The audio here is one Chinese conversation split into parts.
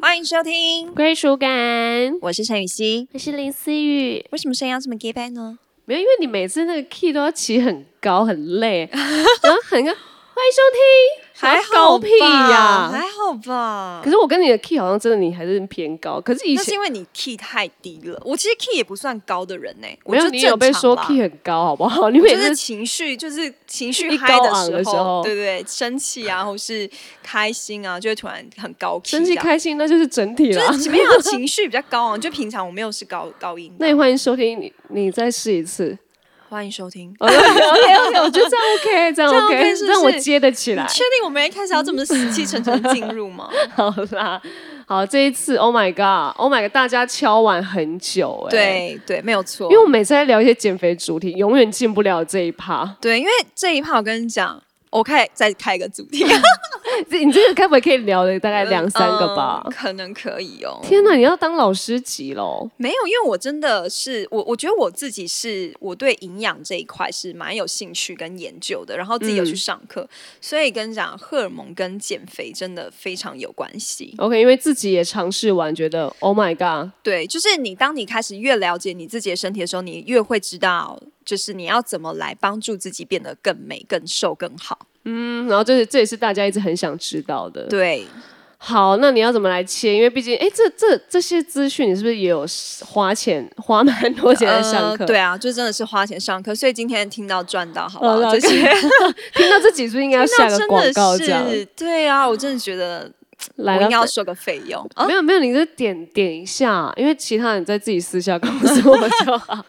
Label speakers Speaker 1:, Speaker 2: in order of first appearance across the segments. Speaker 1: 欢迎收听，
Speaker 2: 归属感。
Speaker 1: 我是陈雨希。
Speaker 2: 我是林思雨，
Speaker 1: 为什么声音要这么 gay 掰呢？
Speaker 2: 没有，因为你每次那个 key 都要起很高，很 累，然后很高欢迎收听，
Speaker 1: 还
Speaker 2: 然后高
Speaker 1: 好
Speaker 2: 屁
Speaker 1: 吧
Speaker 2: 呀、
Speaker 1: 还好吧
Speaker 2: 啊可。是我跟你的 key 好像真的你还是偏高，可是以
Speaker 1: 那是
Speaker 2: 前
Speaker 1: 因为你 key 太低了，我其实 key 也不算高的人呢、欸我
Speaker 2: 没有
Speaker 1: 就
Speaker 2: 你
Speaker 1: 正
Speaker 2: 有被
Speaker 1: 常
Speaker 2: 说
Speaker 1: 啦
Speaker 2: key 很高，好不好？你
Speaker 1: 我
Speaker 2: 每
Speaker 1: 就是啊
Speaker 2: 次
Speaker 1: 情绪，就是情绪
Speaker 2: 一
Speaker 1: 嗨
Speaker 2: 高
Speaker 1: 的
Speaker 2: 昂
Speaker 1: 时
Speaker 2: 的时候
Speaker 1: 对对对，生气啊，或是开心啊，就会突然很高 key
Speaker 2: 生气
Speaker 1: 这样
Speaker 2: 开心，那就是整体啦。
Speaker 1: 就是没有情绪比较高昂，就平常我没有是高高音
Speaker 2: 那
Speaker 1: 的。
Speaker 2: 也欢迎收听，你你再试 一次。哦
Speaker 1: 欢迎收听。
Speaker 2: OK OK OK，我觉得这样 OK，这样
Speaker 1: 这样
Speaker 2: OK，
Speaker 1: OK，是不
Speaker 2: 让我
Speaker 1: 是
Speaker 2: 接得起
Speaker 1: 你
Speaker 2: 来。
Speaker 1: 确定我们一开始要这么死气沉沉地进入吗？
Speaker 2: 好啦，好，这一次 Oh my God，Oh my God，大家敲完很久哎、。
Speaker 1: 对对，没有错。
Speaker 2: 因为我每次在聊一些减肥主题，永远进不了这一趴。
Speaker 1: 对，因为这一趴我跟你讲，我可以再开一个主题，
Speaker 2: 这 你这个该不会可以聊的大概两三个吧？
Speaker 1: 嗯可能可以哦。
Speaker 2: 呃天哪，你要当老师级喽！
Speaker 1: 没有，因为我真的是我，我觉得我自己是我对营养这一块是蛮有兴趣跟研究的，然后自己有去
Speaker 2: 嗯
Speaker 1: 上课，所以跟你讲，荷尔蒙跟减肥真的非常有关系。
Speaker 2: OK，因为自己也尝试完，觉得 Oh my God，
Speaker 1: 对，就是你当你开始越了解你自己的身体的时候，你越会知道，就是你要怎么来帮助自己变得更美、更瘦、更好。
Speaker 2: 嗯，然后这是这也是大家一直很想知道的。，
Speaker 1: 对，
Speaker 2: 好，那你要怎么来切？因为毕竟，哎，这这这些资讯，你是不是也有花钱 花蛮多钱在上课？
Speaker 1: 呃对啊，就真的是花钱上课，所以今天听到赚到，好不好？
Speaker 2: 好啦
Speaker 1: 这些
Speaker 2: 听到这几是不是应该要
Speaker 1: 听到
Speaker 2: 下个
Speaker 1: 真
Speaker 2: 广告
Speaker 1: 的
Speaker 2: 这样？
Speaker 1: 是，对啊，我真的觉得我
Speaker 2: 来
Speaker 1: 应
Speaker 2: 啊
Speaker 1: 该要
Speaker 2: 了。
Speaker 1: 收个费用啊。
Speaker 2: 没有没有，你就点点一下，因为其他人在自己私下告 诉我就好。
Speaker 1: 哦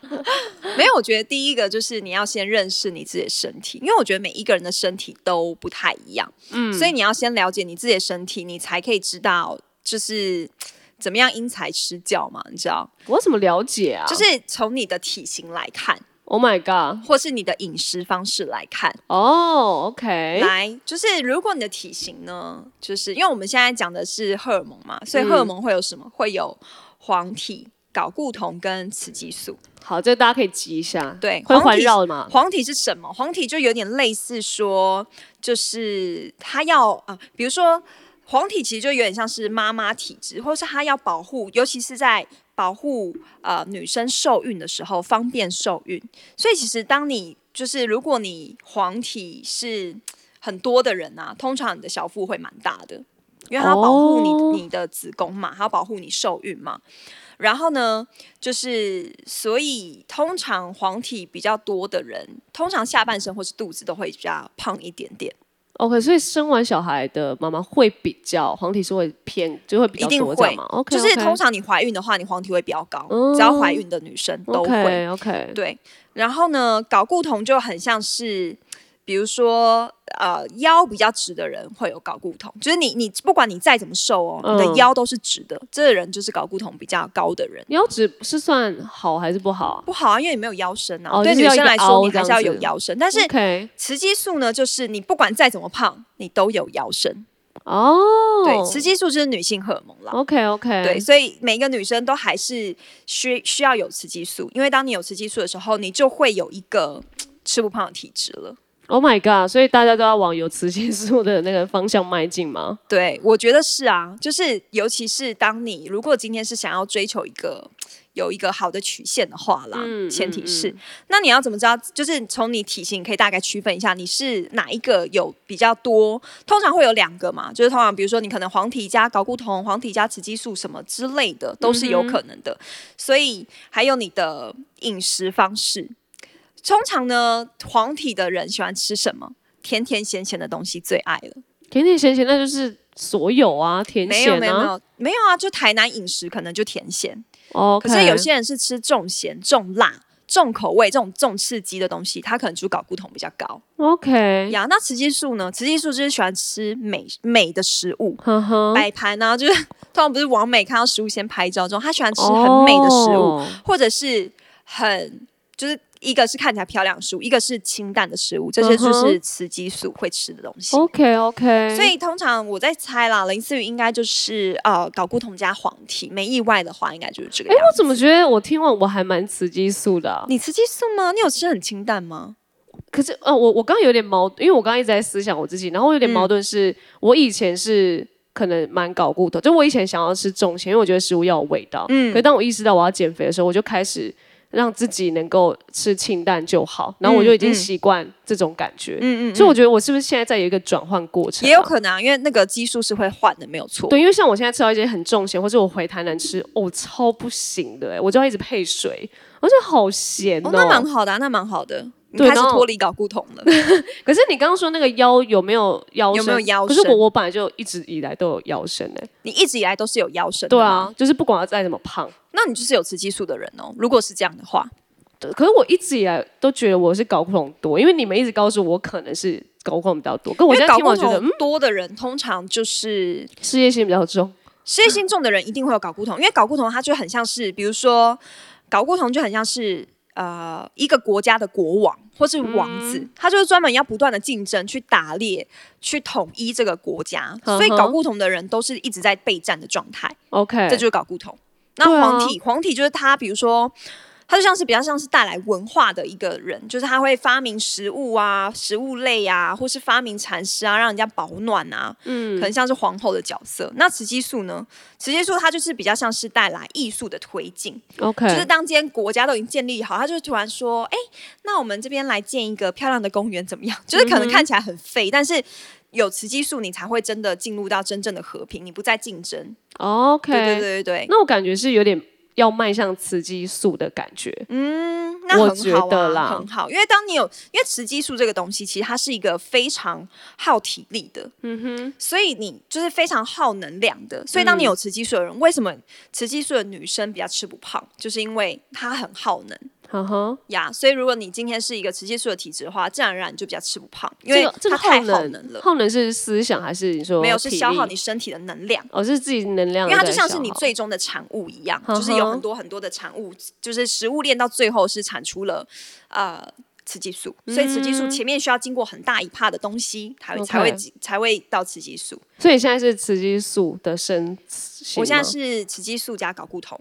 Speaker 1: 没有，我觉得第一个就是你要先认识你自己的身体，因为我觉得每一个人的身体都不太一样，嗯，所以你要先了解你自己的身体，你才可以知道就是怎么样因材施教嘛，你知道？
Speaker 2: 我怎么了解 啊？
Speaker 1: 就是从你的体型来看，
Speaker 2: Oh my god！
Speaker 1: 或是你的饮食方式来看，
Speaker 2: 哦、o k
Speaker 1: 来，就是如果你的体型呢，就是因为我们现在讲的是荷尔蒙嘛，所以荷尔蒙会有什么？会有黄体、睾固酮跟雌激素。
Speaker 2: 好，这大家可以记一下。
Speaker 1: 对
Speaker 2: 会
Speaker 1: 黄
Speaker 2: 环
Speaker 1: 体
Speaker 2: 绕的嘛？
Speaker 1: 黄体是什么？黄体就有点类似说，就是它要啊、比如说黄体其实就有点像是妈妈体质，或是它要保护，尤其是在保护呃女生受孕的时候方便受孕。所以其实当你就是如果你黄体是很多的人啊，通常你的小腹会蛮大的，因为它要保护你、
Speaker 2: 哦
Speaker 1: 你的子宫嘛，它要保护你受孕嘛。然后呢，就是所以通常黄体比较多的人，通常下半身或是肚子都会比较胖一点点，
Speaker 2: OK，所以生完小孩的妈妈会比较黄体是会偏，就会比较
Speaker 1: 一定
Speaker 2: 多这样
Speaker 1: 会
Speaker 2: 嘛？OK，
Speaker 1: 就是通常你怀孕的话，你黄体会比较高，
Speaker 2: 嗯
Speaker 1: 只要怀孕的女生都会。
Speaker 2: OK OK，
Speaker 1: 对，然后呢，睾固酮就很像是，比如说，呃，腰比较直的人会有睾固酮，就是你你不管你再怎么瘦哦，你的
Speaker 2: 嗯
Speaker 1: 腰都是直的，这个人就是睾固酮比较高的人。
Speaker 2: 腰直是算好还是不好啊？
Speaker 1: 不好啊，因为你没有腰身啊。
Speaker 2: 哦
Speaker 1: 对
Speaker 2: 就是
Speaker 1: 女
Speaker 2: 要一
Speaker 1: 生
Speaker 2: 个
Speaker 1: 来说，
Speaker 2: 凹
Speaker 1: 你
Speaker 2: 这
Speaker 1: 还是要
Speaker 2: 样
Speaker 1: 有
Speaker 2: 子
Speaker 1: 腰身。但是
Speaker 2: OK
Speaker 1: 雌激素呢，就是你不管再怎么胖，你都有腰身。
Speaker 2: 哦，
Speaker 1: 对，雌激素就是女性荷尔蒙啦。
Speaker 2: OK OK，
Speaker 1: 对，所以每一个女生都还是需需要有雌激素，因为当你有雌激素的时候，你就会有一个嘖吃不胖的体质了。
Speaker 2: ，Oh my god，所以大家都要往有雌激素的那个方向迈进吗？
Speaker 1: 对，我觉得是啊，就是尤其是当你如果今天是想要追求一个有一个好的曲线的话啦，
Speaker 2: 嗯
Speaker 1: 前提是，
Speaker 2: 嗯
Speaker 1: 那你要怎么知道？就是从你体型可以大概区分一下你是哪一个有比较多，通常会有两个嘛，就是通常比如说你可能黄体加睾固酮、黄体加雌激素什么之类的都是
Speaker 2: 嗯
Speaker 1: 有可能的，所以还有你的饮食方式。通常呢，黄体的人喜欢吃什么？甜甜咸咸的东西最爱了。
Speaker 2: 甜甜咸咸，那就是所有啊，甜
Speaker 1: 没有
Speaker 2: 咸
Speaker 1: 没有没
Speaker 2: 啊。
Speaker 1: 有没有啊，就台南饮食可能就甜咸，
Speaker 2: OK，
Speaker 1: 可是有些人是吃重咸、重辣、重口味这种重刺激的东西，他可能就睾固酮比较高。
Speaker 2: OK，
Speaker 1: 呀、那雌激素呢？雌激素就是喜欢吃美美的食物，
Speaker 2: 呵呵，
Speaker 1: 摆盘啊，就是 通常不是往美看到食物先拍照这种，他喜欢吃很美的食物，
Speaker 2: 哦
Speaker 1: 或者是很就是。一个是看起来漂亮的食物，一个是清淡的食物，这些就
Speaker 2: 嗯
Speaker 1: 是
Speaker 2: 哼
Speaker 1: 雌激素会吃的东西。
Speaker 2: OK OK，
Speaker 1: 所以通常我在猜啦，林思雨应该就是呃搞固酮加黄体，没意外的话应该就是这个
Speaker 2: 哎、
Speaker 1: 样
Speaker 2: 我
Speaker 1: 子。
Speaker 2: 怎么觉得我听完我还蛮雌激素的啊、
Speaker 1: 你吃激素吗？你有吃很清淡吗？
Speaker 2: 可
Speaker 1: 嗯
Speaker 2: 是呃，我我刚刚有点矛，因为我刚刚一直在思想我自己，然后我有点矛盾是，我以前是可能蛮搞骨头。就我以前想要吃重咸，因为我觉得食物要有味道。
Speaker 1: 嗯
Speaker 2: 可是当我意识到我要减肥的时候，我就开始让自己能够吃清淡就好，然后我就已经
Speaker 1: 嗯
Speaker 2: 习惯这种感觉。
Speaker 1: 嗯嗯，
Speaker 2: 所以我觉得我是不是现在在有一个转换过程啊、
Speaker 1: 也有可能啊，因为那个激素是会换的，没有错。
Speaker 2: 对，因为像我现在吃到一些很重咸，或者我回台南吃，哦，超不行的哎，我就要一直配水，我觉得好咸
Speaker 1: 哦，那蛮好的啊、那蛮好的，你
Speaker 2: 对
Speaker 1: 开始
Speaker 2: 然后
Speaker 1: 脱离搞固酮 了。
Speaker 2: 可是你刚刚说那个腰有没有腰
Speaker 1: 有没有
Speaker 2: 身
Speaker 1: 腰
Speaker 2: 可是
Speaker 1: 身
Speaker 2: 我我本来就一直以来都有腰身哎。
Speaker 1: 你一直以来都是有腰身的，
Speaker 2: 对，啊，就是不管我再怎么胖，
Speaker 1: 那你就是有雌激素的人哦。如果是这样的话，
Speaker 2: 对可是我一直以来都觉得我是搞不懂多，因为你们一直告诉我可能是搞不懂比较多，跟我
Speaker 1: 因为
Speaker 2: 现在
Speaker 1: 搞
Speaker 2: 听我
Speaker 1: 固
Speaker 2: 觉得嗯
Speaker 1: 酮多的人，通常就是
Speaker 2: 事业心比较重。
Speaker 1: 事业心重的人一定会有搞固酮，因为搞固酮它就很像是，比如说搞固酮就很像是呃一个国家的国王或是王子，他就是专门要不断的竞争去打猎，去统一这个国家，
Speaker 2: 嗯哼
Speaker 1: 所以搞固酮的人都是一直在备战的状态，
Speaker 2: OK，
Speaker 1: 这就是搞固酮。那
Speaker 2: 对啊
Speaker 1: 黄体，黄体就是他，比如说。他就像是比较像是带来文化的一个人，就是他会发明食物啊、食物类啊，或是发明禅师啊，让人家保暖啊，
Speaker 2: 嗯
Speaker 1: 可能像是皇后的角色。那雌激素呢？雌激素它就是比较像是带来艺术的推进，
Speaker 2: OK，
Speaker 1: 就是当今天国家都已经建立好，他就突然说，哎、那我们这边来建一个漂亮的公园怎么样？ 就是可能看起来很废，但是。有雌激素，你才会真的进入到真正的和平，你不再竞争。
Speaker 2: OK，
Speaker 1: 对对对对对，
Speaker 2: 那我感觉是有点要迈向雌激素的感觉。
Speaker 1: 嗯，那
Speaker 2: 我
Speaker 1: 很
Speaker 2: 觉
Speaker 1: 好啊
Speaker 2: 得啦
Speaker 1: 很好，因为当你有，因为雌激素这个东西，其实它是一个非常耗体力的，嗯哼，所以你就是非常耗能量的。所以
Speaker 2: 嗯
Speaker 1: 当你有雌激素的人，为什么雌激素的女生比较吃不胖，就是因为它很耗能
Speaker 2: 哈哈，
Speaker 1: 呀。所以如果你今天是一个雌激素的体质的话，自然而然你就比较吃不胖，因
Speaker 2: 这
Speaker 1: 为
Speaker 2: 个这
Speaker 1: 它
Speaker 2: 个
Speaker 1: 太
Speaker 2: 耗
Speaker 1: 耗
Speaker 2: 能
Speaker 1: 能了，
Speaker 2: 耗能是思想还是你说
Speaker 1: 没有是
Speaker 2: 体
Speaker 1: 消
Speaker 2: 力
Speaker 1: 耗你身体的能量。
Speaker 2: 哦，是自己能量
Speaker 1: 因
Speaker 2: 的消耗，
Speaker 1: 为它就像是你最终的产物一样，
Speaker 2: 嗯
Speaker 1: 就是有很多很多的产物，就是食物链到最后是产出了呃雌激素，所以雌激素前面需要经过很大一帕的东西，才会
Speaker 2: 嗯 OK
Speaker 1: 才会才会到雌激素。
Speaker 2: 所以现在是雌激素的升型吗。
Speaker 1: 我现在是雌激素加睾固酮，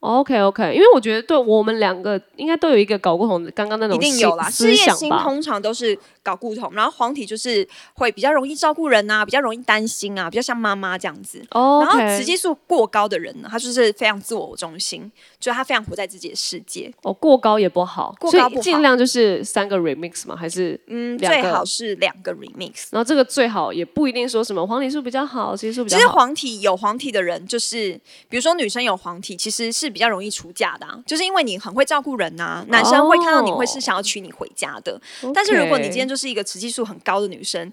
Speaker 2: OK 哦 OK，因为我觉得对我们两个应该都有一个搞过红的，刚刚那
Speaker 1: 一
Speaker 2: 种
Speaker 1: 定
Speaker 2: 思
Speaker 1: 有啦。事
Speaker 2: 思
Speaker 1: 业
Speaker 2: 想
Speaker 1: 心
Speaker 2: 吧。
Speaker 1: 通常都是睾固酮，然后黄体就是会比较容易照顾人啊，比较容易担心啊，比较像妈妈这样子。
Speaker 2: 哦
Speaker 1: 然后
Speaker 2: OK，
Speaker 1: 雌激素过高的人呢，他就是非常自我中心，就是他非常活在自己的世界。
Speaker 2: 哦过高也不好，
Speaker 1: 过高
Speaker 2: 所以
Speaker 1: 不好
Speaker 2: 尽量就是三个 remix 嘛，还是
Speaker 1: 嗯，
Speaker 2: 两
Speaker 1: 最
Speaker 2: 个
Speaker 1: 好是两个 remix。
Speaker 2: 然后这个最好也不一定说什么黄体素比较好，雌激素比
Speaker 1: 其
Speaker 2: 较
Speaker 1: 实
Speaker 2: 好。
Speaker 1: 黄体有黄体的人，就是比如说女生有黄体，其实是比较容易出嫁的、啊，就是因为你很会照顾人呐、男生会看到你会是想要娶你回家的。但是如果你今天
Speaker 2: 哦 OK
Speaker 1: 就是一个雌激素很高的女生，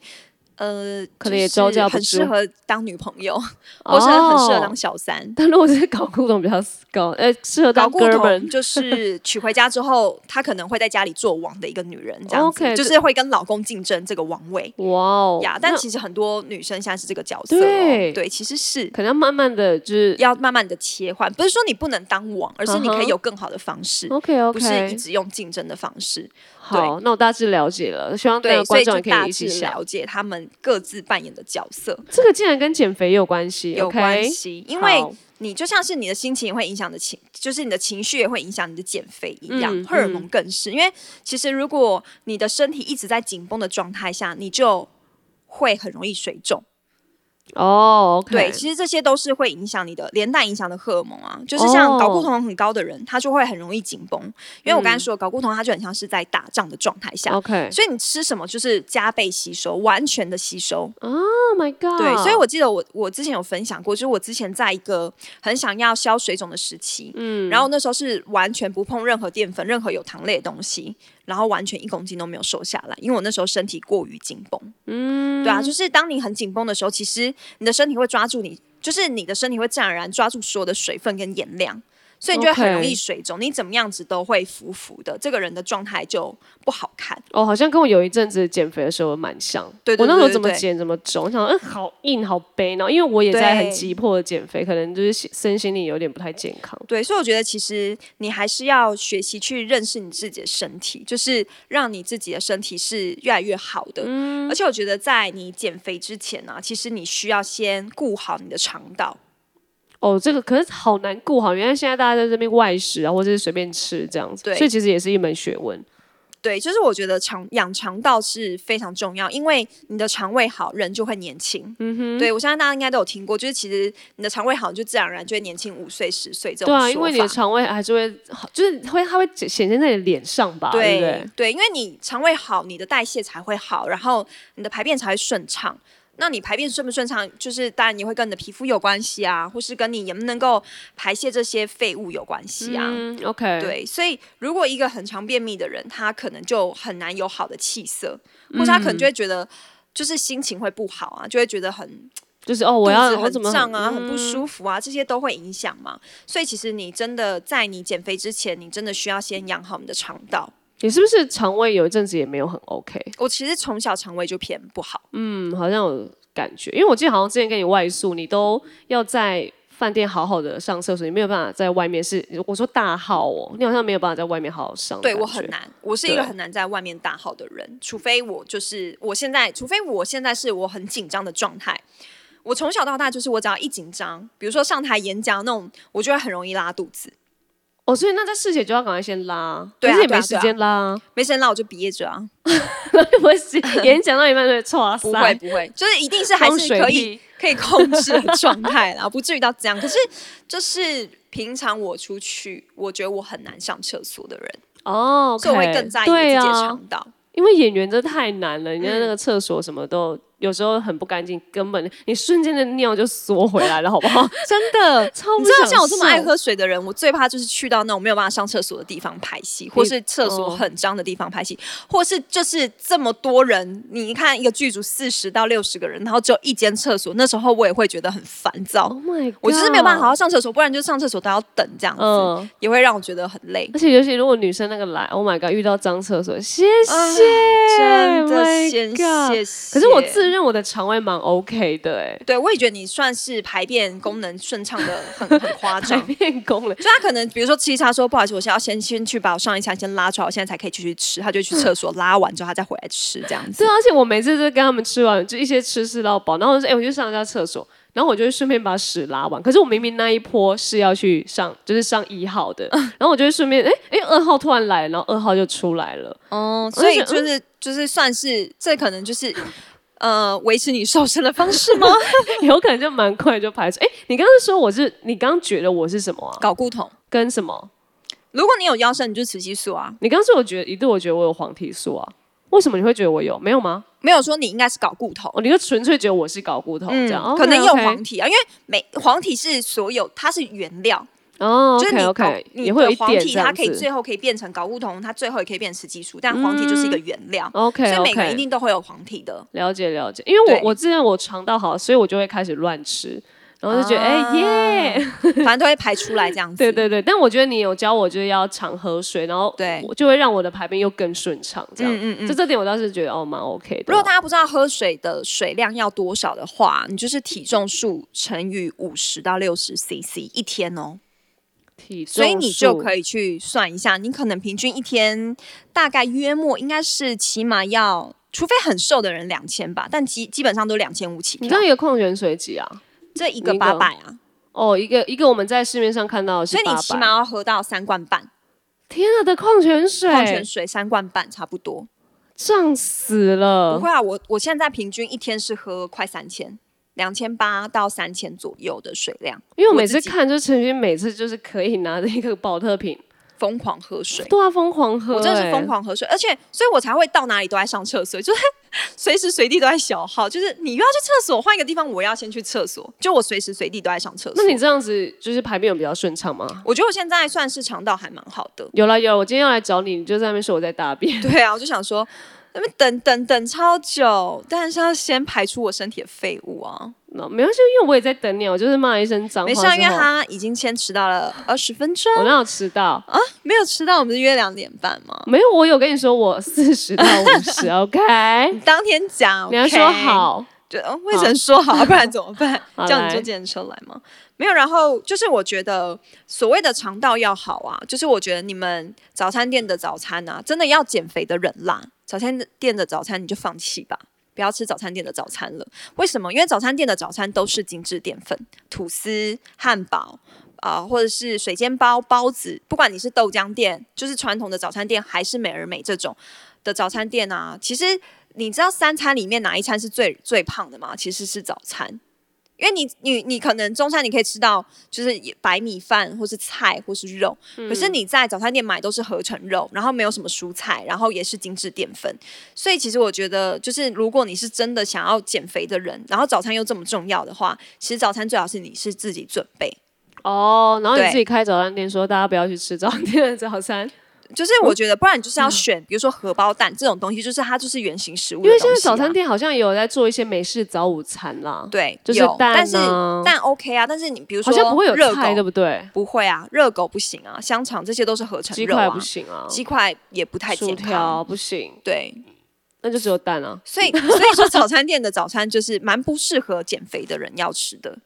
Speaker 1: 呃，
Speaker 2: 可能也
Speaker 1: 就是
Speaker 2: 招架不
Speaker 1: 很适
Speaker 2: 住
Speaker 1: 合当女朋友，或是很适合
Speaker 2: 哦
Speaker 1: 当小三。
Speaker 2: 但如果是搞古董比较高，呃，适合
Speaker 1: 搞
Speaker 2: 当
Speaker 1: 固
Speaker 2: 哥
Speaker 1: 酮
Speaker 2: 们。
Speaker 1: 就是娶回家之后，她可能会在家里做王的一个女人，这样子
Speaker 2: OK，
Speaker 1: 就是会跟老公竞争这个王位
Speaker 2: 哇哦，
Speaker 1: 呀。但
Speaker 2: 那
Speaker 1: 其实很多女生现在是这个角色、哦，
Speaker 2: 对
Speaker 1: 对，其实是
Speaker 2: 可能要慢慢的就是
Speaker 1: 要慢慢的切换，不是说你不能当王，而是你可
Speaker 2: 嗯
Speaker 1: 以
Speaker 2: 哼
Speaker 1: 有更好的方式
Speaker 2: OK
Speaker 1: 不是一
Speaker 2: OK，
Speaker 1: 直用竞争的方式。
Speaker 2: 好，那我大致了解了，希望大
Speaker 1: 对
Speaker 2: 家，
Speaker 1: 所
Speaker 2: 观
Speaker 1: 以
Speaker 2: 众
Speaker 1: 就
Speaker 2: 也可
Speaker 1: 大
Speaker 2: 以一
Speaker 1: 致
Speaker 2: 起想。
Speaker 1: 了解他们各自扮演的角色
Speaker 2: 这个竟然跟减肥有关系，
Speaker 1: 有
Speaker 2: OK
Speaker 1: 关系因为
Speaker 2: 好
Speaker 1: 你就像是你的心情也会影响你的情，就是你的情绪也会影响你的减肥一样，
Speaker 2: 嗯
Speaker 1: 荷尔蒙更是。因为其实如果你的身体一直在紧绷的状态下，你就会很容易水肿。
Speaker 2: 哦，OK，
Speaker 1: 对，其实这些都是会影响你的，连带影响的荷尔蒙啊，就是像
Speaker 2: 哦嗯
Speaker 1: 睾固酮很高的人，他就会很容易紧绷，因为我刚才说睾固酮，它就很像是在打仗的状态下，
Speaker 2: OK，
Speaker 1: 所以你吃什么就是加倍吸收，完全的吸收。
Speaker 2: Oh my god！
Speaker 1: 对，所以我记得我我之前有分享过，就是我之前在一个很想要消水肿的时期，嗯，然后那时候是完全不碰任何淀粉、任何有糖类的东西，然后完全一公斤都没有瘦下来，因为我那时候身体过于紧绷，嗯，对啊，就是当你很紧绷的时候，其实你的身体会抓住你，就是你的身体会自然而然抓住所有的水分跟盐量。所以你就会很容易
Speaker 2: OK
Speaker 1: 水肿你怎么样子都会浮浮的，这个人的状态就不好看。
Speaker 2: 哦，好像跟我有一阵子减肥的时候蛮像。
Speaker 1: 对对
Speaker 2: 我那时候
Speaker 1: 对对
Speaker 2: 怎么
Speaker 1: 对
Speaker 2: 减怎么肿，我想嗯，好硬好悲呢，因为我也在很
Speaker 1: 对
Speaker 2: 急迫的减肥，可能就是心身心里有点不太健康。
Speaker 1: 对，所以我觉得其实你还是要学习去认识你自己的身体，就是让你自己的身体是越来越好的。
Speaker 2: 嗯
Speaker 1: 而且我觉得在你减肥之前呢、其实你需要先顾好你的肠道。
Speaker 2: 哦，这个可是好难顾好，原来现在大家在这边外食啊，或者是随便吃这样子，
Speaker 1: 对
Speaker 2: 所以其实也是一门学问。
Speaker 1: 对，就是我觉得肠养肠道是非常重要，因为你的肠胃好，人就会年轻。嗯哼，对我相信大家应该都有听过，就是其实你的肠胃好，你就自然而然就会年轻五岁、十岁这种
Speaker 2: 对
Speaker 1: 说法。
Speaker 2: 啊，因为你的肠胃还是会，就是会它会显现在你的脸上吧，对不对？
Speaker 1: 因为你肠胃好，你的代谢才会好，然后你的排便才会顺畅。那你排便顺不顺畅，就是当然你会跟你的皮肤有关系啊，或是跟你能不能够排泄这些废物有关系啊。
Speaker 2: 嗯，OK，，
Speaker 1: 对，所以如果一个很常便秘的人，他可能就很难有好的气色，或是他可能就
Speaker 2: 嗯
Speaker 1: 会觉得就是心情会不好啊，就会觉得很
Speaker 2: 就是哦，
Speaker 1: 肚
Speaker 2: 我要
Speaker 1: 子
Speaker 2: 我
Speaker 1: 很
Speaker 2: 怎么嗯
Speaker 1: 胀啊，很不
Speaker 2: 服，
Speaker 1: 舒服啊，这些都会影响嘛。所以其实你真的在你减肥之前，你真的需要先养好你的肠道。
Speaker 2: 你是不是肠胃有一阵子也没有很 OK？
Speaker 1: 我其实从小肠胃就偏不好，
Speaker 2: 嗯，好像有感觉，因为我记得好像之前跟你外宿，你都要在饭店好好的上厕所，你没有办法在外面是，我说大号哦，你好像没有办法在外面好好上的
Speaker 1: 对
Speaker 2: 感觉，
Speaker 1: 我很难，我是一个
Speaker 2: 对
Speaker 1: 很难在外面大号的人，除非我就是我现在，除非我现在是我很紧张的状态。我从小到大就是，我只要一紧张，比如说上台演讲那种，我就会很容易拉肚子。
Speaker 2: 哦，所以那在事前就要赶快先拉，
Speaker 1: 对啊
Speaker 2: 可是也
Speaker 1: 对啊
Speaker 2: 没时间拉 啊，
Speaker 1: 没时间拉我就憋着啊，
Speaker 2: 我是演讲到一半就会唰
Speaker 1: 不
Speaker 2: 塞
Speaker 1: 会不会，就是一定是还
Speaker 2: 冲
Speaker 1: 是
Speaker 2: 水
Speaker 1: 可以
Speaker 2: 屁
Speaker 1: 可以控制的状态啦，不至于到这样。可是就是平常我出去，我觉得我很难上厕所的人，
Speaker 2: 哦，OK，
Speaker 1: 所以我会更在意我自
Speaker 2: 对
Speaker 1: 己的
Speaker 2: 啊，
Speaker 1: 肠道。
Speaker 2: 因为演员这太难了，人家那个厕所什么都。有时候很不干净，根本你瞬间的尿就缩回来了，好不好？ 真的， 超不
Speaker 1: 你知道
Speaker 2: 哦想
Speaker 1: 像我这么爱
Speaker 2: 上
Speaker 1: 喝水的人，我最怕就是去到那种没有办法上厕所的地方拍戏，或是厕
Speaker 2: 哦
Speaker 1: 所很脏的地方拍戏，或是就是这么多人，你看一个剧组四十到六十个人，然后只有一间厕所，那时候我也会觉得很烦躁。
Speaker 2: ，Oh my，
Speaker 1: 我就是没有办法好
Speaker 2: God
Speaker 1: 好上厕所，不然就上厕所都要等这样子，
Speaker 2: 嗯，
Speaker 1: 也会让我觉得很累。
Speaker 2: 而且尤其如果女生那个来，Oh my god，遇到脏厕所，谢谢，，Oh
Speaker 1: 真的
Speaker 2: 哎 my
Speaker 1: 先
Speaker 2: God
Speaker 1: 谢谢。
Speaker 2: 可是我自认我的肠胃蛮 OK 的哎、
Speaker 1: 对我也觉得你算是排便功能顺畅的很很夸
Speaker 2: 欸，
Speaker 1: 张。
Speaker 2: 变功了。
Speaker 1: 就他可能，比如说七叉说不好意思，我现在要先先去把我上一餐先拉出来，我现在才可以继续吃。他就去厕所拉完之后，他再回来吃这样子
Speaker 2: 对，。啊而且我每次都跟他们吃完，就一些吃吃到饱，然后我就说，哎、我去上一下厕所，然后我就会顺便把屎拉完。可是我明明那一波是要去上，就是上一号的，
Speaker 1: 嗯
Speaker 2: 然后我就会顺便，哎、哎，二、号突然来了，然后二号就出来了。
Speaker 1: 哦，
Speaker 2: 所
Speaker 1: 所
Speaker 2: 以嗯
Speaker 1: 以就是就是算是这可能就是呃维持你瘦身的方式 吗？
Speaker 2: 有可能就蛮快就排出。哎、你刚刚说我是，你刚刚觉得我是什么啊？
Speaker 1: 搞固酮。
Speaker 2: 跟什么？
Speaker 1: 如果你有腰身，你就雌激素啊；
Speaker 2: 你刚刚说我觉得一度我觉得我有黄体素啊，为什么你会觉得我有？没有吗？
Speaker 1: 没有说你应该是搞固酮，
Speaker 2: 哦，你就纯粹觉得我是搞骨头这样，
Speaker 1: 嗯，
Speaker 2: 哦
Speaker 1: 可能有
Speaker 2: OK，OK
Speaker 1: 黄体啊，因为每黄体是所有它是原料，
Speaker 2: 哦
Speaker 1: 就是你
Speaker 2: ，OK
Speaker 1: 搞
Speaker 2: OK，
Speaker 1: 你
Speaker 2: 也会有
Speaker 1: 的
Speaker 2: 一
Speaker 1: 黄
Speaker 2: 点
Speaker 1: 体
Speaker 2: 这
Speaker 1: 它
Speaker 2: 样
Speaker 1: 可以
Speaker 2: 子
Speaker 1: 最后可以变成搞固酮，它最后也可以变成雌激素，但黄体就是一个原料，
Speaker 2: 嗯，OK
Speaker 1: 所以每个人一
Speaker 2: OK，
Speaker 1: 定都会有黄体的。
Speaker 2: 了解了解，因为
Speaker 1: 对
Speaker 2: 我我之前我肠道好，所以我就会开始乱吃，然后就觉
Speaker 1: 啊
Speaker 2: 得哎耶，
Speaker 1: 反正都会排出来这样子。
Speaker 2: 对对对，但我觉得你有教我就是要常喝水，然后
Speaker 1: 对
Speaker 2: 我就会让我的排便又更顺畅这样，
Speaker 1: 嗯嗯嗯
Speaker 2: 就这点我倒是觉得哦蛮 OK 的
Speaker 1: 如
Speaker 2: 啦，
Speaker 1: 果大家不知道喝水的水量要多少的话，你就是体重数乘以五十到六十 CC 一天哦，
Speaker 2: 体重
Speaker 1: 所以你就
Speaker 2: 以
Speaker 1: 可以去算一下，你可能平均一天大概约莫应该是起码要，除非很瘦的人两千吧，但基基本上都两千五起
Speaker 2: 你
Speaker 1: 跳
Speaker 2: 知道，一个矿泉水几啊？
Speaker 1: 这一个
Speaker 2: 你一个
Speaker 1: 八百啊，
Speaker 2: 哦，一个一个我们在市面上看到的是
Speaker 1: 所以你
Speaker 2: 800
Speaker 1: 起码要喝到三罐半
Speaker 2: 天啊的矿泉水，
Speaker 1: 矿泉水，三罐半差不多。
Speaker 2: 胀死
Speaker 1: 不
Speaker 2: 了。
Speaker 1: 会啊，我我现在平均一天是喝快三千，两千八到三千左右的水量，
Speaker 2: 因为我每
Speaker 1: 我
Speaker 2: 次
Speaker 1: 自己
Speaker 2: 看，就是陈勋每次就是可以拿着一个保特瓶，
Speaker 1: 疯狂喝水。
Speaker 2: 对啊，疯狂喝、
Speaker 1: 我真的是
Speaker 2: 欸
Speaker 1: 疯。狂喝水，而且所以我才会到哪里都在上厕所，就是 随时随地都在消耗。就是你又要去厕所，换一个地方，我要先去厕所，就我随时随地都在上厕所。
Speaker 2: 那你这样子就是排便有比较顺畅吗？
Speaker 1: 我觉得我现在算是肠道还蛮好的。
Speaker 2: 有了有了，我今天要来找你，你就在那边说我在大便。
Speaker 1: 对啊，我就想说，那边等等等超久，但是要先排出我身体的废物啊。
Speaker 2: 那没关系，因为我也在等你，啊我就是骂一声脏话
Speaker 1: 没
Speaker 2: 之
Speaker 1: 事
Speaker 2: 后。
Speaker 1: 啊，因为他已经先迟到了二十分钟，
Speaker 2: 我哪有迟到？
Speaker 1: 没有迟到，我们是约两点半吗？
Speaker 2: 没有，我有跟你说我四十到五 十，OK？
Speaker 1: 当天讲，
Speaker 2: 你要
Speaker 1: OK
Speaker 2: 说，好，
Speaker 1: 就嗯未曾说好，不然怎么办
Speaker 2: 好？
Speaker 1: 叫你
Speaker 2: 来
Speaker 1: 坐计程车来吗？没有，然后就是我觉得所谓的肠道要好啊，就是我觉得你们早餐店的早餐啊，真的要减肥的人啦，早餐店的早餐你就放弃吧。不要吃早餐店的早餐了，为什么？因为早餐店的早餐都是精致淀粉，吐司、汉堡、啊、或者是水煎包、包子，不管你是豆浆店，就是传统的早餐店，还是美而美这种的早餐店啊，其实你知道三餐里面哪一餐是最最胖的吗？其实是早餐，因为你你你可能中餐你可以吃到就是白米饭或是菜或是肉，可
Speaker 2: 嗯
Speaker 1: 是你在早餐店买都是合成肉，然后没有什么蔬菜，然后也是精致淀粉，所以其实我觉得，就是如果你是真的想要减肥的人，然后早餐又这么重要的话，其实早餐最好是你是自己准备。
Speaker 2: 哦，然后你
Speaker 1: 对
Speaker 2: 自己开早餐店，说大家不要去吃早餐店的早餐，
Speaker 1: 就是
Speaker 2: 嗯
Speaker 1: 我觉得，不然你就是要选，比如说荷包蛋这种东西，就是它就是原型食物、
Speaker 2: 因为现在早餐，店好像也有在做一些美式早午餐啦，
Speaker 1: 啊对，
Speaker 2: 就是
Speaker 1: 有，
Speaker 2: 蛋
Speaker 1: 但是
Speaker 2: 啊
Speaker 1: 蛋 OK 啊，但是你比如说
Speaker 2: 好像不会有
Speaker 1: 热
Speaker 2: 菜，对
Speaker 1: 狗，
Speaker 2: 不对？
Speaker 1: 不会啊，热狗不行啊，香肠这些都是合成
Speaker 2: 鸡
Speaker 1: 肉
Speaker 2: 块
Speaker 1: 啊
Speaker 2: 不，行啊，
Speaker 1: 鸡块也不太
Speaker 2: 薯
Speaker 1: 健康。
Speaker 2: 条不行，
Speaker 1: 对，
Speaker 2: 那就只有蛋啊。
Speaker 1: 所以所以说早餐店的早餐就是蛮不适合减肥的人要吃的。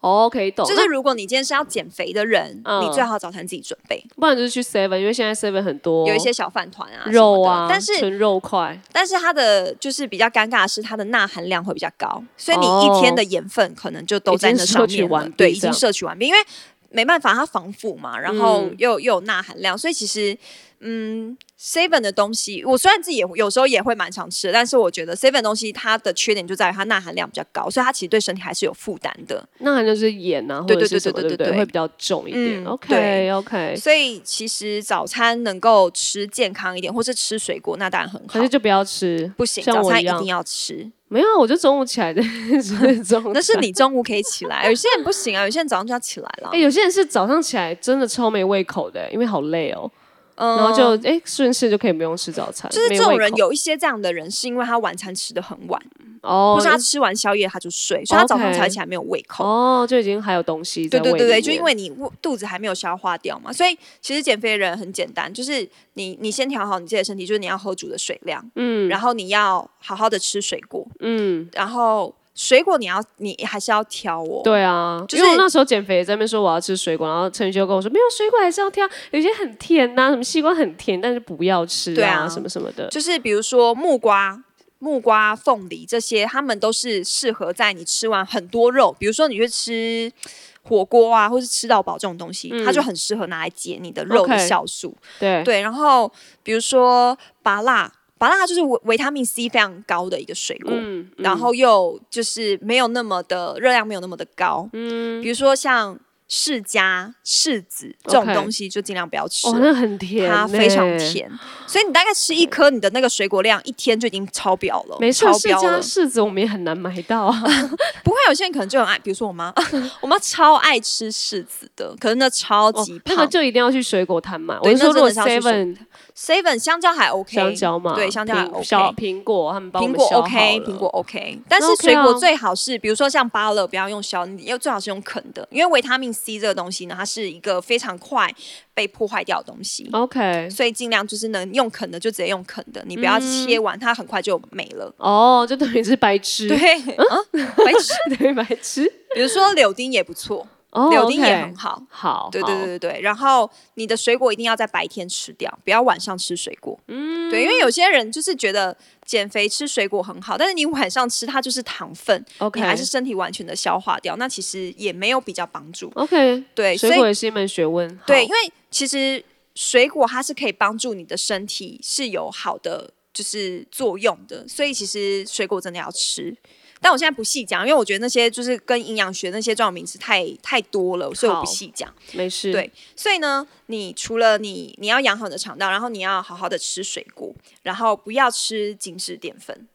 Speaker 2: 哦，可以懂。
Speaker 1: 就是如果你今天是要减肥的人，
Speaker 2: 嗯哦
Speaker 1: 你最好早餐自己准备，
Speaker 2: 那不然就是去 Seven，因为现在 Seven 很多
Speaker 1: 有一些小饭团啊什么的
Speaker 2: 肉啊，
Speaker 1: 但是
Speaker 2: 纯肉块
Speaker 1: 但是它的就是比较尴尬的是它的钠含量会比较高，所以你一天的盐分可能就都在那上
Speaker 2: 哦已经摄取
Speaker 1: 面了，
Speaker 2: 完毕
Speaker 1: 对，已
Speaker 2: 这
Speaker 1: 经
Speaker 2: 样
Speaker 1: 摄取完毕，因为没办法它防腐嘛，然后
Speaker 2: 嗯
Speaker 1: 又、又有钠含量，所以其实嗯。seven 的东西，我虽然自己也有时候也会蛮常吃的，但是我觉得 seven 的东西它的缺点就在于它钠含量比较高，所以它其实对身体还是有负担的。
Speaker 2: 那可能就是盐啊，或
Speaker 1: 对
Speaker 2: 者
Speaker 1: 对对
Speaker 2: 是什么，
Speaker 1: 对
Speaker 2: 对
Speaker 1: 对
Speaker 2: 不对？
Speaker 1: 对
Speaker 2: 会比较重一点。
Speaker 1: 嗯
Speaker 2: OK
Speaker 1: 对
Speaker 2: OK，
Speaker 1: 所以其实早餐能够吃健康一点，或是吃水果，那当然很好
Speaker 2: 还是。就不要吃。
Speaker 1: 不行，
Speaker 2: 像
Speaker 1: 早
Speaker 2: 我
Speaker 1: 餐
Speaker 2: 一
Speaker 1: 一
Speaker 2: 样
Speaker 1: 定要吃。
Speaker 2: 没有啊，我就 中午起来的，就是中午。
Speaker 1: 那是。你中午可以起来，有些人不行啊，有些人早上就要起来了
Speaker 2: 哎、。有些人是早上起来真的超没胃口的，因为好累哦，
Speaker 1: 嗯
Speaker 2: 然后就哎顺势就可以不用吃早餐，
Speaker 1: 就是
Speaker 2: 没
Speaker 1: 这种
Speaker 2: 胃
Speaker 1: 人
Speaker 2: 口
Speaker 1: 有一些这样的人，是因为他晚餐吃的很晚，
Speaker 2: 哦，
Speaker 1: 或是他吃完宵夜他就睡，所以他早上才起来没有胃口。
Speaker 2: 哦就已经还有东西在
Speaker 1: 对
Speaker 2: 胃里
Speaker 1: 对
Speaker 2: 面，
Speaker 1: 对对，就因为你胃肚子还没有消化掉嘛，所以其实减肥的人很简单，就是你你先调好你自己的身体，就是你要喝足的水量，
Speaker 2: 嗯
Speaker 1: 然后你要好好的吃水果，
Speaker 2: 嗯。
Speaker 1: 然后水果你要你还是要挑哦，
Speaker 2: 对啊，
Speaker 1: 就
Speaker 2: 因为我
Speaker 1: 是
Speaker 2: 那时候减肥也在那边说我要吃水果，然后陈宇就跟我说没有水果还是要挑，有些很甜呐、什么西瓜很甜，但是不要吃
Speaker 1: 对
Speaker 2: 啊，
Speaker 1: 啊
Speaker 2: 什么什么的。
Speaker 1: 就是比如说木瓜、木瓜、凤梨这些，它们都是适合在你吃完很多肉，比如说你去吃火锅啊，或是吃到饱这种东西，它就很适合拿来解你的肉
Speaker 2: 嗯 OK
Speaker 1: 的酵素。
Speaker 2: 对，
Speaker 1: 对，然后比如说芭辣，芭辣就是维维他命 C 非常高的一个水果。
Speaker 2: 嗯，嗯
Speaker 1: 然后又就是没有那么的热量没有那么的高，嗯，比如说像释迦、柿子这种
Speaker 2: OK
Speaker 1: 东西就尽量不要吃了。
Speaker 2: 哦，那很甜、
Speaker 1: 它非常。甜，所以你大概吃一颗，你的那个水果量一天就已经超标了，
Speaker 2: 没事，
Speaker 1: 哦超
Speaker 2: 释
Speaker 1: 标
Speaker 2: 迦
Speaker 1: 了。
Speaker 2: 柿子我们也很难买到啊。
Speaker 1: 不会，有些人可能就很爱，比如说我妈， 我妈超爱吃柿子的，可是那超
Speaker 2: 嗯哦
Speaker 1: 级
Speaker 2: 那
Speaker 1: 胖。
Speaker 2: 个就一定要去水果摊买。我
Speaker 1: 对
Speaker 2: 是说，
Speaker 1: 那
Speaker 2: 如果
Speaker 1: 真的是要去
Speaker 2: Seven
Speaker 1: seven 香蕉还 OK，
Speaker 2: 香蕉嘛，
Speaker 1: 对，香蕉还
Speaker 2: 苹
Speaker 1: OK，
Speaker 2: 小苹果他们帮我
Speaker 1: 苹
Speaker 2: 们
Speaker 1: 果
Speaker 2: 削好
Speaker 1: OK，
Speaker 2: 了
Speaker 1: 苹果 OK，但是
Speaker 2: OK
Speaker 1: 水果
Speaker 2: 啊
Speaker 1: 最好是，比如说像芭乐，不要用削，你要最好是用啃的，因为维他命 C 这个东西呢，它是一个非常快被破坏掉的东西。
Speaker 2: 哦 OK。
Speaker 1: 所以尽量就是能用啃的就直接用啃的，你不要
Speaker 2: 嗯
Speaker 1: 切完，它很快就没了。
Speaker 2: 哦，就等于是白痴，
Speaker 1: 对，啊，白痴。
Speaker 2: 等于白痴。
Speaker 1: 比如说柳丁也不错，
Speaker 2: 哦，
Speaker 1: 柳丁也
Speaker 2: OK
Speaker 1: 很好。
Speaker 2: 好，
Speaker 1: 对
Speaker 2: 好
Speaker 1: 对对对对，然后你的水果一定要在白天吃掉，不要晚上吃水果。嗯，对，因为有些人就是觉得减肥吃水果很好，但是你晚上吃它就是糖分
Speaker 2: ，OK，
Speaker 1: 你还是身体完全的消化掉，那其实也没有比较帮助。
Speaker 2: OK，
Speaker 1: 对，所
Speaker 2: 水
Speaker 1: 以
Speaker 2: 果也是一门学问。好
Speaker 1: 对，因，为其实水果它是可以帮助你的身体是有好的就是作用的，所以其实水果真的要吃。但我现在不细讲，因为我觉得那些就是跟营养学那些专有名词太太多了，所以我
Speaker 2: 好
Speaker 1: 不细讲。
Speaker 2: 没事。
Speaker 1: 对所以呢，你除了你你要养好你的肠道，然后你要好好的吃水果，然后不要吃精致淀粉。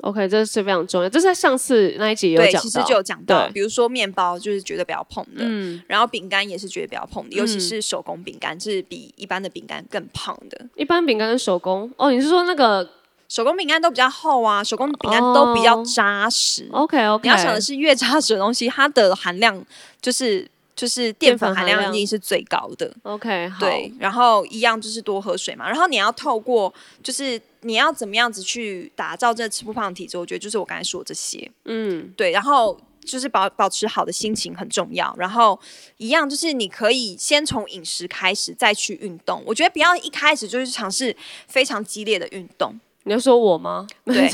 Speaker 2: OK，这是非常重要，这是在上次那一集也有
Speaker 1: 对，
Speaker 2: 讲
Speaker 1: 其实
Speaker 2: 到。
Speaker 1: 就有讲到，
Speaker 2: 对
Speaker 1: 比如说面包就是绝对不要碰的，
Speaker 2: 嗯，
Speaker 1: 然后饼干也是绝对不要碰的，尤其
Speaker 2: 嗯
Speaker 1: 是手工饼干，是比一般的饼干更胖的。
Speaker 2: 一般饼干跟手工哦，你是说那个
Speaker 1: 手工饼干都比较厚啊，手工饼干都比较扎实。
Speaker 2: OK 哦 OK？
Speaker 1: 嗯你要想的是，越扎实的东西，它的含量就是就是淀粉含
Speaker 2: 淀粉含
Speaker 1: 量
Speaker 2: 量
Speaker 1: 一定是最高的。
Speaker 2: OK，好，
Speaker 1: 对，然后一样就是多喝水嘛。然后你要透过就是你要怎么样子去打造这吃不胖的体质，我觉得就是我刚才说的这些。
Speaker 2: 嗯，
Speaker 1: 对，然后就是保保持好的心情很重要。然后一样就是你可以先从饮食开始，再去运动。我觉得不要一开始就是尝试非常激烈的运动。
Speaker 2: 你要说我吗？
Speaker 1: 对，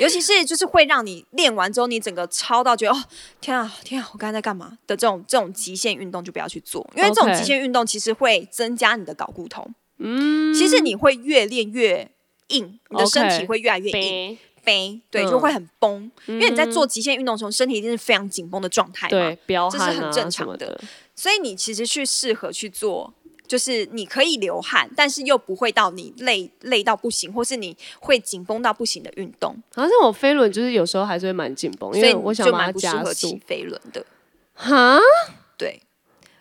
Speaker 1: 尤其是就是会让你练完之后，你整个超到觉得哦，天啊，天啊，我刚才在干嘛的这种这种极限运动就不要去做，因为这种
Speaker 2: OK
Speaker 1: 极限运动其实会增加你的睾固酮。嗯，其实你会越练越硬，你的身体
Speaker 2: OK
Speaker 1: 会越来越硬，
Speaker 2: 呗
Speaker 1: 背对，
Speaker 2: 嗯
Speaker 1: 就会很崩，因为你在做极限运动的时候，身体一定是非常紧绷的状态嘛
Speaker 2: 对，，彪
Speaker 1: 这
Speaker 2: 悍
Speaker 1: 是
Speaker 2: 啊
Speaker 1: 很正
Speaker 2: 什
Speaker 1: 常
Speaker 2: 么
Speaker 1: 的
Speaker 2: 的。
Speaker 1: 所以你其实去适合去做，就是你可以流汗，但是又不会到你累累到不行，或是你会紧绷到不行的运动，
Speaker 2: 好像我飞轮就是有时候还是会蛮紧绷，因
Speaker 1: 所以
Speaker 2: 为
Speaker 1: 你
Speaker 2: 我想
Speaker 1: 就
Speaker 2: 把
Speaker 1: 蛮
Speaker 2: 它
Speaker 1: 不适
Speaker 2: 加
Speaker 1: 合
Speaker 2: 速
Speaker 1: 骑。飞轮的。
Speaker 2: 哈，
Speaker 1: 对，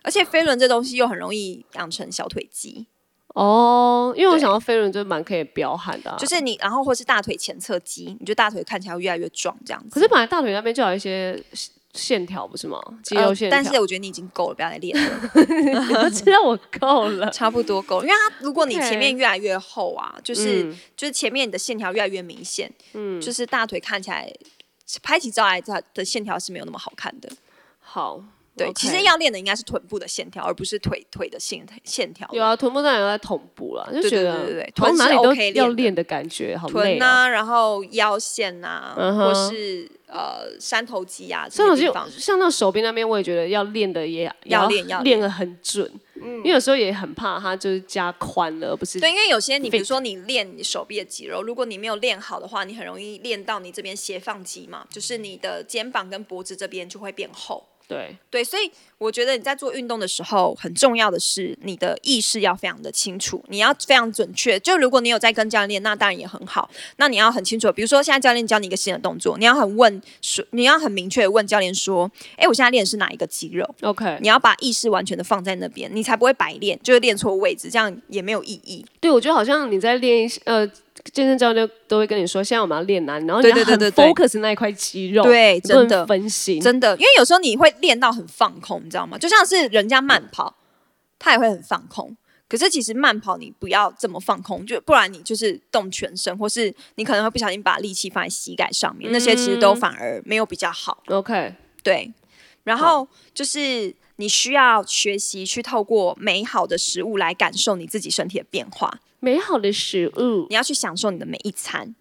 Speaker 1: 而且飞轮这东西又很容易养成小腿肌，
Speaker 2: 哦，因为我
Speaker 1: 对
Speaker 2: 想到飞轮就蛮可以彪悍的、啊，
Speaker 1: 就是你，然后或是大腿前侧肌，你就大腿看起来会越来越壮这样子。
Speaker 2: 可是本来大腿那边就有一些线线条，不是吗？肌肉
Speaker 1: 呃
Speaker 2: 线条。
Speaker 1: 但是我觉得你已经够了，不要再练了，
Speaker 2: 我知道我够了。
Speaker 1: 差不多够了。因为它如果你
Speaker 2: OK
Speaker 1: 前面越来越厚啊，就是、
Speaker 2: 嗯
Speaker 1: 就是前面你的线条越来越明显，嗯，就是大腿看起来拍起照来，它的线条是没有那么好看的。
Speaker 2: 好，
Speaker 1: 对
Speaker 2: OK
Speaker 1: 其实要练的应该是臀部的线条，而不是腿腿的线线条。
Speaker 2: 有啊，臀部当然有在同步啦，就
Speaker 1: 对
Speaker 2: 觉
Speaker 1: 对
Speaker 2: 得
Speaker 1: 对对对
Speaker 2: 好
Speaker 1: 臀
Speaker 2: 像哪
Speaker 1: 是
Speaker 2: 里都
Speaker 1: OK
Speaker 2: 要
Speaker 1: 练的
Speaker 2: 练的感觉，好累
Speaker 1: 臀
Speaker 2: 啊。
Speaker 1: 啊，然后腰线呐、
Speaker 2: 嗯哼
Speaker 1: 或是呃三头肌啊这
Speaker 2: 像我
Speaker 1: 些地
Speaker 2: 就
Speaker 1: 方，
Speaker 2: 像那手臂那边，我也觉得要练的也也
Speaker 1: 要练要嗯
Speaker 2: 练的很准，因为有时候也很怕它就是加宽了，而不是
Speaker 1: 对，因为有些你
Speaker 2: fit
Speaker 1: 比如说你练你手臂的肌肉，如果你没有练好的话，你很容易练到你这边斜放肌嘛，就是你的肩膀跟脖子这边就会变厚。
Speaker 2: 对
Speaker 1: 对，所以我觉得你在做运动的时候，很重要的是你的意识要非常的清楚，你要非常准确。就如果你有在跟教练练，那当然也很好。那你要很清楚，比如说现在教练教你一个新的动作，你要很问说，你要很明确地问教练说，诶，我现在练的是哪一个肌肉？
Speaker 2: ，OK，
Speaker 1: 你要把意识完全的放在那边，你才不会白练，就是练错位置，这样也没有意义。
Speaker 2: 对我觉得好像你在练一些呃。健身教练都会跟你说，现在我们要练哪里，然后
Speaker 1: 对
Speaker 2: 你要很
Speaker 1: 对对对对
Speaker 2: focus 那一块肌肉，
Speaker 1: 对
Speaker 2: 你不能
Speaker 1: 真的
Speaker 2: 分心，
Speaker 1: 真的，因为有时候你会练到很放空，你知道吗？就像是人家慢跑，他也会很放空。可是其实慢跑你不要这么放空，就不然你就是动全身，或是你可能会不小心把力气放在膝盖上面，那些其实都反而没有比较好。
Speaker 2: OK，
Speaker 1: 对，然后就是你需要学习去透过美好的食物来感受你自己身体的变化，
Speaker 2: 美好的食物，
Speaker 1: 你要去享受你的每一餐。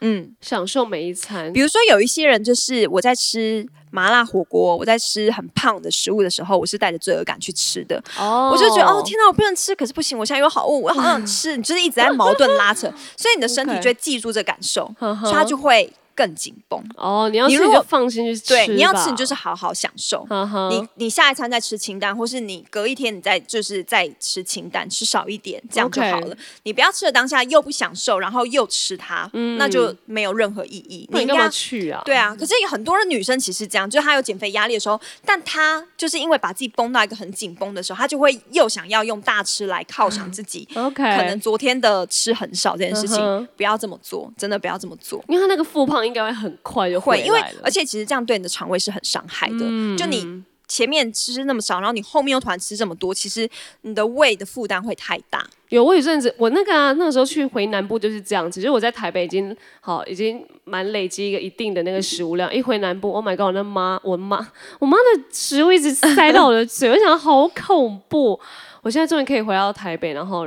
Speaker 1: 嗯，
Speaker 2: 享受每一餐
Speaker 1: 比。如说有一些人，就是我在吃麻辣火锅，我在吃很胖的食物的时候，我是带着罪恶感去吃的。
Speaker 2: 哦嗯
Speaker 1: 我就觉得哦，天哪，我不能吃，可是不行，我现在又好饿，我好想吃，你就是一直在矛盾拉扯，所以你的身体
Speaker 2: OK
Speaker 1: 就会记住这感受，
Speaker 2: 呵呵
Speaker 1: 所以它就会更紧绷。
Speaker 2: 哦，你要
Speaker 1: 你
Speaker 2: 吃
Speaker 1: 如
Speaker 2: 你
Speaker 1: 果
Speaker 2: 就放心去吃吧，
Speaker 1: 对，你要吃，你就是好好享受。
Speaker 2: 哈哈，
Speaker 1: 你你下一餐再吃清淡，或是你隔一天你再就是再吃清淡，吃少一点，这样就
Speaker 2: OK
Speaker 1: 好了。你不要吃了当下又不享受，然后又吃它，那就没有任何意义。
Speaker 2: 嗯不然
Speaker 1: 应
Speaker 2: 你
Speaker 1: 该
Speaker 2: 干嘛
Speaker 1: 要
Speaker 2: 去啊？
Speaker 1: 对啊，可是有很多的女生其实这样，就是她有减肥压力的时候，但她就是因为把自己绷到一个很紧绷的时候，她就会又想要用大吃来犒赏自己。
Speaker 2: ，OK，
Speaker 1: 可能昨天的吃很少这件事情
Speaker 2: 嗯哼
Speaker 1: 不要这么做，真的不要这么做。
Speaker 2: 因为他那个复胖应该会很快就
Speaker 1: 会，因为而
Speaker 2: 且
Speaker 1: 且其实这样对你的肠胃是很伤害的。就你前面吃那么少，然后你后面又突然吃这么多，其实你的胃的负担会太大。
Speaker 2: 有我有阵子，我那个啊，那个时候去回南部就是这样子，就是我在台北已经好已经蛮累积一个一定的那个食物量，一回南部，Oh my god，我那妈我妈我妈的食物一直塞到我的嘴， 我想好恐怖。我现在终于可以回到台北，然后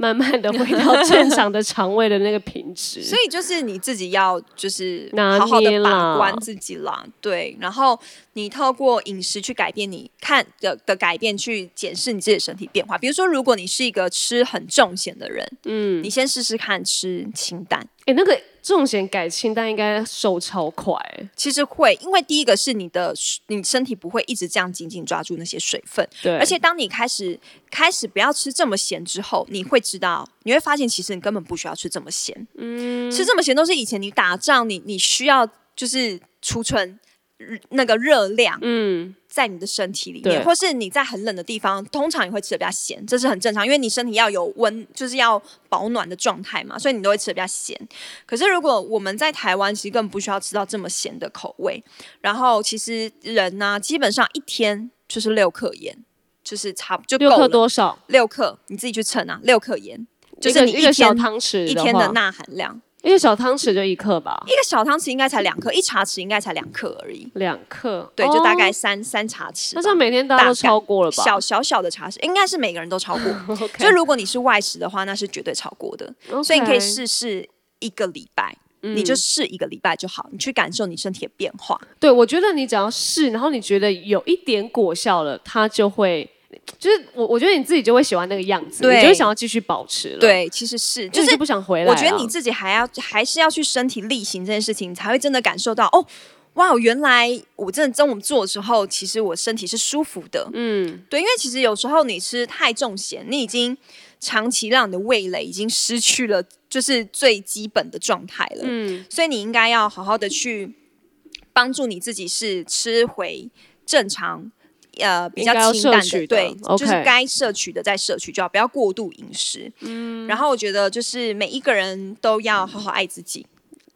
Speaker 2: 慢慢的回到 正常的肠胃的那个品质。
Speaker 1: 所以就是你自己要就是
Speaker 2: 拿
Speaker 1: 好好
Speaker 2: 捏
Speaker 1: 的
Speaker 2: 啦
Speaker 1: 把关自己啦，对。然后你透过饮食去改变你看的的改变，去检视你自己的身体变化。比如说，如果你是一个吃很重咸的人，嗯，你先试试看吃清淡。
Speaker 2: 哎、那个重咸改清淡应该瘦超快、
Speaker 1: 其实会，因为第一个是你的你身体不会一直这样紧紧抓住那些水分，
Speaker 2: 对，
Speaker 1: 而且当你开始开始不要吃这么咸之后，你会知道，你会发现其实你根本不需要吃这么咸。嗯，吃这么咸都是以前你打仗，你你需要就是储存日那个热量
Speaker 2: 嗯，
Speaker 1: 在你的身体里
Speaker 2: 对
Speaker 1: 面，或是你在很冷的地方，通常也会吃的比较咸，这是很正常，因为你身体要有温，就是要保暖的状态嘛，所以你都会吃的比较咸。可是如果我们在台湾，其实根本不需要吃到这么咸的口味。然后其实人呢、基本上一天就是六克盐。就是差不就够
Speaker 2: 六克
Speaker 1: 了，
Speaker 2: 多少？
Speaker 1: 六克，你自己去称啊，六克盐，就是
Speaker 2: 一个
Speaker 1: 你
Speaker 2: 一
Speaker 1: 一
Speaker 2: 个小
Speaker 1: 天
Speaker 2: 汤匙
Speaker 1: 一天的
Speaker 2: 话
Speaker 1: 钠含量。
Speaker 2: 一个小汤匙就一克吧，
Speaker 1: 一个小汤匙应该才两克，一茶匙应该才两克而已。
Speaker 2: 两克，
Speaker 1: 对，就大概
Speaker 2: 哦。
Speaker 1: 三、三茶匙
Speaker 2: 那
Speaker 1: 吧。
Speaker 2: 这样每天大家
Speaker 1: 大
Speaker 2: 都
Speaker 1: 概
Speaker 2: 超过了吧？
Speaker 1: 小小小的茶匙，应该是每个人都 超过。
Speaker 2: OK，
Speaker 1: 就如果你是外食的话，那是绝对超过的。所以你可以
Speaker 2: OK，
Speaker 1: 试试一个礼拜，
Speaker 2: 嗯
Speaker 1: 你就试一个礼拜就好，你去感受你身体的变化。
Speaker 2: 对，我觉得你只要试，然后你觉得有一点果效了，它就会，就是我我觉得你自己就会喜欢那个样子，你
Speaker 1: 对
Speaker 2: 就会想要继续保持了。，
Speaker 1: 对，其实是
Speaker 2: 就
Speaker 1: 就是是
Speaker 2: 你不想回来啊。
Speaker 1: 我觉得你自己还要还是要去身体力行这件事情，才会真的感受到哦，哇，原来我真的这么做的时候，其实我身体是舒服的。
Speaker 2: 嗯，
Speaker 1: 对，因为其实有时候你吃太重咸，你已经长期让你的味蕾已经失去了就是最基本的状态了。
Speaker 2: 嗯，
Speaker 1: 所以你应该要好好的去帮助你自己，是吃回正常。呃，比较
Speaker 2: 应该要
Speaker 1: 清淡
Speaker 2: 摄取的
Speaker 1: 对就
Speaker 2: OK
Speaker 1: 是该摄取的再摄取就好，不要过度饮食。嗯，然后我觉得就是每一个人都要好好爱自 己。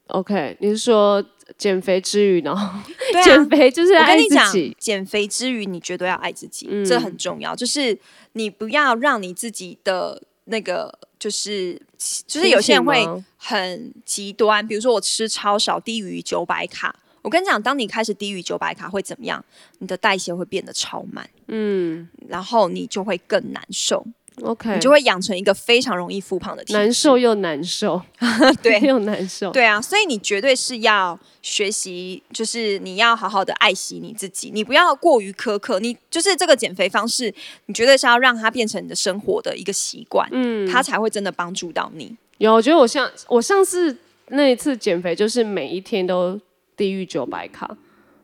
Speaker 2: OK，你是说减肥之余，然后、
Speaker 1: 对啊，
Speaker 2: 减肥就是
Speaker 1: 我
Speaker 2: 爱
Speaker 1: 跟你
Speaker 2: 自
Speaker 1: 讲
Speaker 2: 己，，
Speaker 1: 减肥之余，你绝对要爱自己，
Speaker 2: 嗯
Speaker 1: 这很重要。就是你不要让你自己的那个，就是就是有些人
Speaker 2: 心
Speaker 1: 会
Speaker 2: 情吗
Speaker 1: 很极端，比如说我吃超少，低于九百卡。我跟你讲，当你开始低于九百卡会怎么样？你的代谢会变得超慢，
Speaker 2: 嗯
Speaker 1: 然后你就会更难受，
Speaker 2: ，OK，
Speaker 1: 你就会养成一个非常容易复胖的体质
Speaker 2: 难受。又难受，
Speaker 1: 对，
Speaker 2: 又难受，
Speaker 1: 对啊，所以你绝对是要学习，就是你要好好的爱惜你自己，你不要过于苛刻。你就是这个减肥方式，你绝对是要让它变成你的生活的一个习惯，
Speaker 2: 嗯，
Speaker 1: 它才会真的帮助到你。
Speaker 2: 有，我觉得我上我上次那一次减肥，就是每一天都低于九百卡，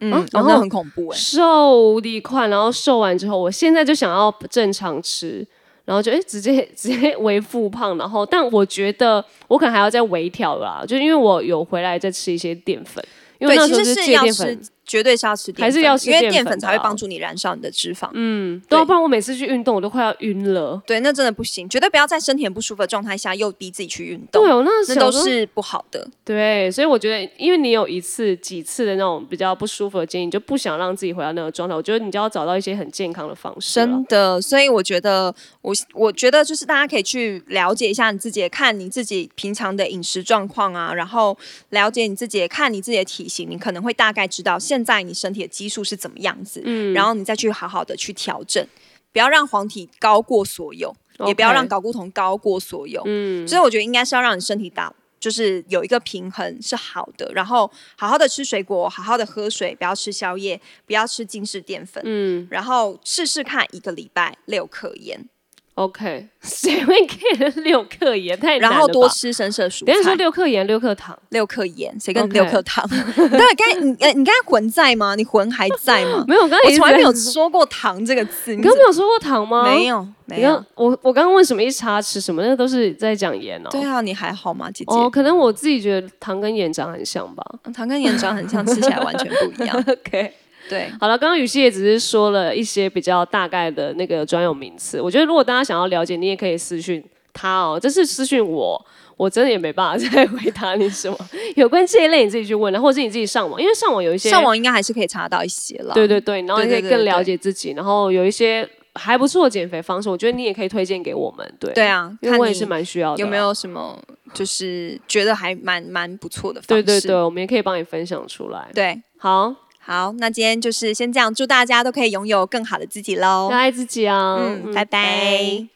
Speaker 1: 嗯，
Speaker 2: 啊
Speaker 1: 哦，
Speaker 2: 然
Speaker 1: 那
Speaker 2: 后
Speaker 1: 很恐怖哎、
Speaker 2: 瘦的快，然后瘦完之后，我现在就想要正常吃，然后就哎、诶直接直接为复胖，然后但我觉得我可能还要再微调啦，就因为我有回来再吃一些淀粉，因为那
Speaker 1: 对，其
Speaker 2: 时候
Speaker 1: 实
Speaker 2: 就是戒
Speaker 1: 要
Speaker 2: 淀
Speaker 1: 吃
Speaker 2: 粉。，
Speaker 1: 绝对是要吃淀粉，
Speaker 2: 还是要吃
Speaker 1: 因为
Speaker 2: 淀
Speaker 1: 淀
Speaker 2: 粉
Speaker 1: 粉
Speaker 2: 的
Speaker 1: 才会
Speaker 2: 啊
Speaker 1: 帮助你燃烧你的脂肪。
Speaker 2: 嗯，对啊，
Speaker 1: 对
Speaker 2: 不然我每次去运动我都快要晕了。
Speaker 1: 对，那真的不行，绝对不要在身体很不舒服的状态下又逼自己去运
Speaker 2: 对，啊
Speaker 1: 动，
Speaker 2: 我那
Speaker 1: 那
Speaker 2: 时候
Speaker 1: 都是不好的。
Speaker 2: 对，所以我觉得，因为你有一次、几次的那种比较不舒服的经历，你就不想让自己回到那个状态。我觉得你就要找到一些很健康的方式啦。
Speaker 1: 真的，啊所以我觉得，我我觉得就是大家可以去了解一下你自己，看你自己平常的饮食状况啊，然后了解你自己，看你自己的体型，你可能会大概知道现在你身体的基数是怎么样子，
Speaker 2: 嗯
Speaker 1: 然后你再去好好的去调整，不要让黄体高过所有，也不要
Speaker 2: OK
Speaker 1: 让睾固酮高过所有。嗯，所以我觉得应该是要让你身体打。就是有一个平衡是好的，然后好好的吃水果，好好的喝水，不要吃宵夜，不要吃精致淀粉，
Speaker 2: 嗯
Speaker 1: 然后试试看一个礼拜六克盐，
Speaker 2: ，OK，谁会给六克盐？太难
Speaker 1: 然
Speaker 2: 了
Speaker 1: 后
Speaker 2: 吧
Speaker 1: 多吃深色蔬
Speaker 2: 等一下说
Speaker 1: 菜。
Speaker 2: 六克盐、六克糖，
Speaker 1: 六克盐，谁跟你
Speaker 2: OK？
Speaker 1: 六克糖？ 对，该你呃，你刚才魂在吗？你魂还在吗
Speaker 2: 没有，我刚刚
Speaker 1: 我
Speaker 2: 也
Speaker 1: 从来没有
Speaker 2: 在
Speaker 1: 说过糖这个字，
Speaker 2: 你
Speaker 1: 你
Speaker 2: 刚刚
Speaker 1: 怎
Speaker 2: 没有说过糖吗？
Speaker 1: 没。有没
Speaker 2: 你刚
Speaker 1: 有。
Speaker 2: 我我刚刚问什么一茶匙什么，那个都是在讲盐哦。
Speaker 1: 对啊，你还好吗，姐姐？
Speaker 2: 哦，可能我自己觉得糖跟盐长很 像吧。
Speaker 1: 糖跟盐长很像，吃起来完全不一 样。
Speaker 2: OK，
Speaker 1: 对，
Speaker 2: 好了，刚刚雨熙也只是说了一些比较大概的那个专有名词。我觉得如果大家想要了解，你也可以私讯他哦，这是私讯我，我真的也没办法 再回答你什么。有关这一类你自己去问，然后啊或者是你自己上网，因为上网有一些
Speaker 1: 上网应该还是可以查到一些了。
Speaker 2: 对对对，然后你可以
Speaker 1: 对对对
Speaker 2: 更
Speaker 1: 对
Speaker 2: 了解自己，然后有一些还不错的减肥方式，我觉得你也可以推荐给我们。对，
Speaker 1: 对啊，
Speaker 2: 因为
Speaker 1: 看
Speaker 2: 我也
Speaker 1: 你
Speaker 2: 是蛮需要的。啊
Speaker 1: 有没？有什么就是觉得还蛮蛮不错的方
Speaker 2: 对
Speaker 1: 式。
Speaker 2: 对对，我们也可以帮你分享出来。
Speaker 1: 对
Speaker 2: 好，
Speaker 1: 好，那今天就是先这样，祝大家都可以拥有更好的自己喽
Speaker 2: 要。爱自己啊。
Speaker 1: 嗯，拜拜。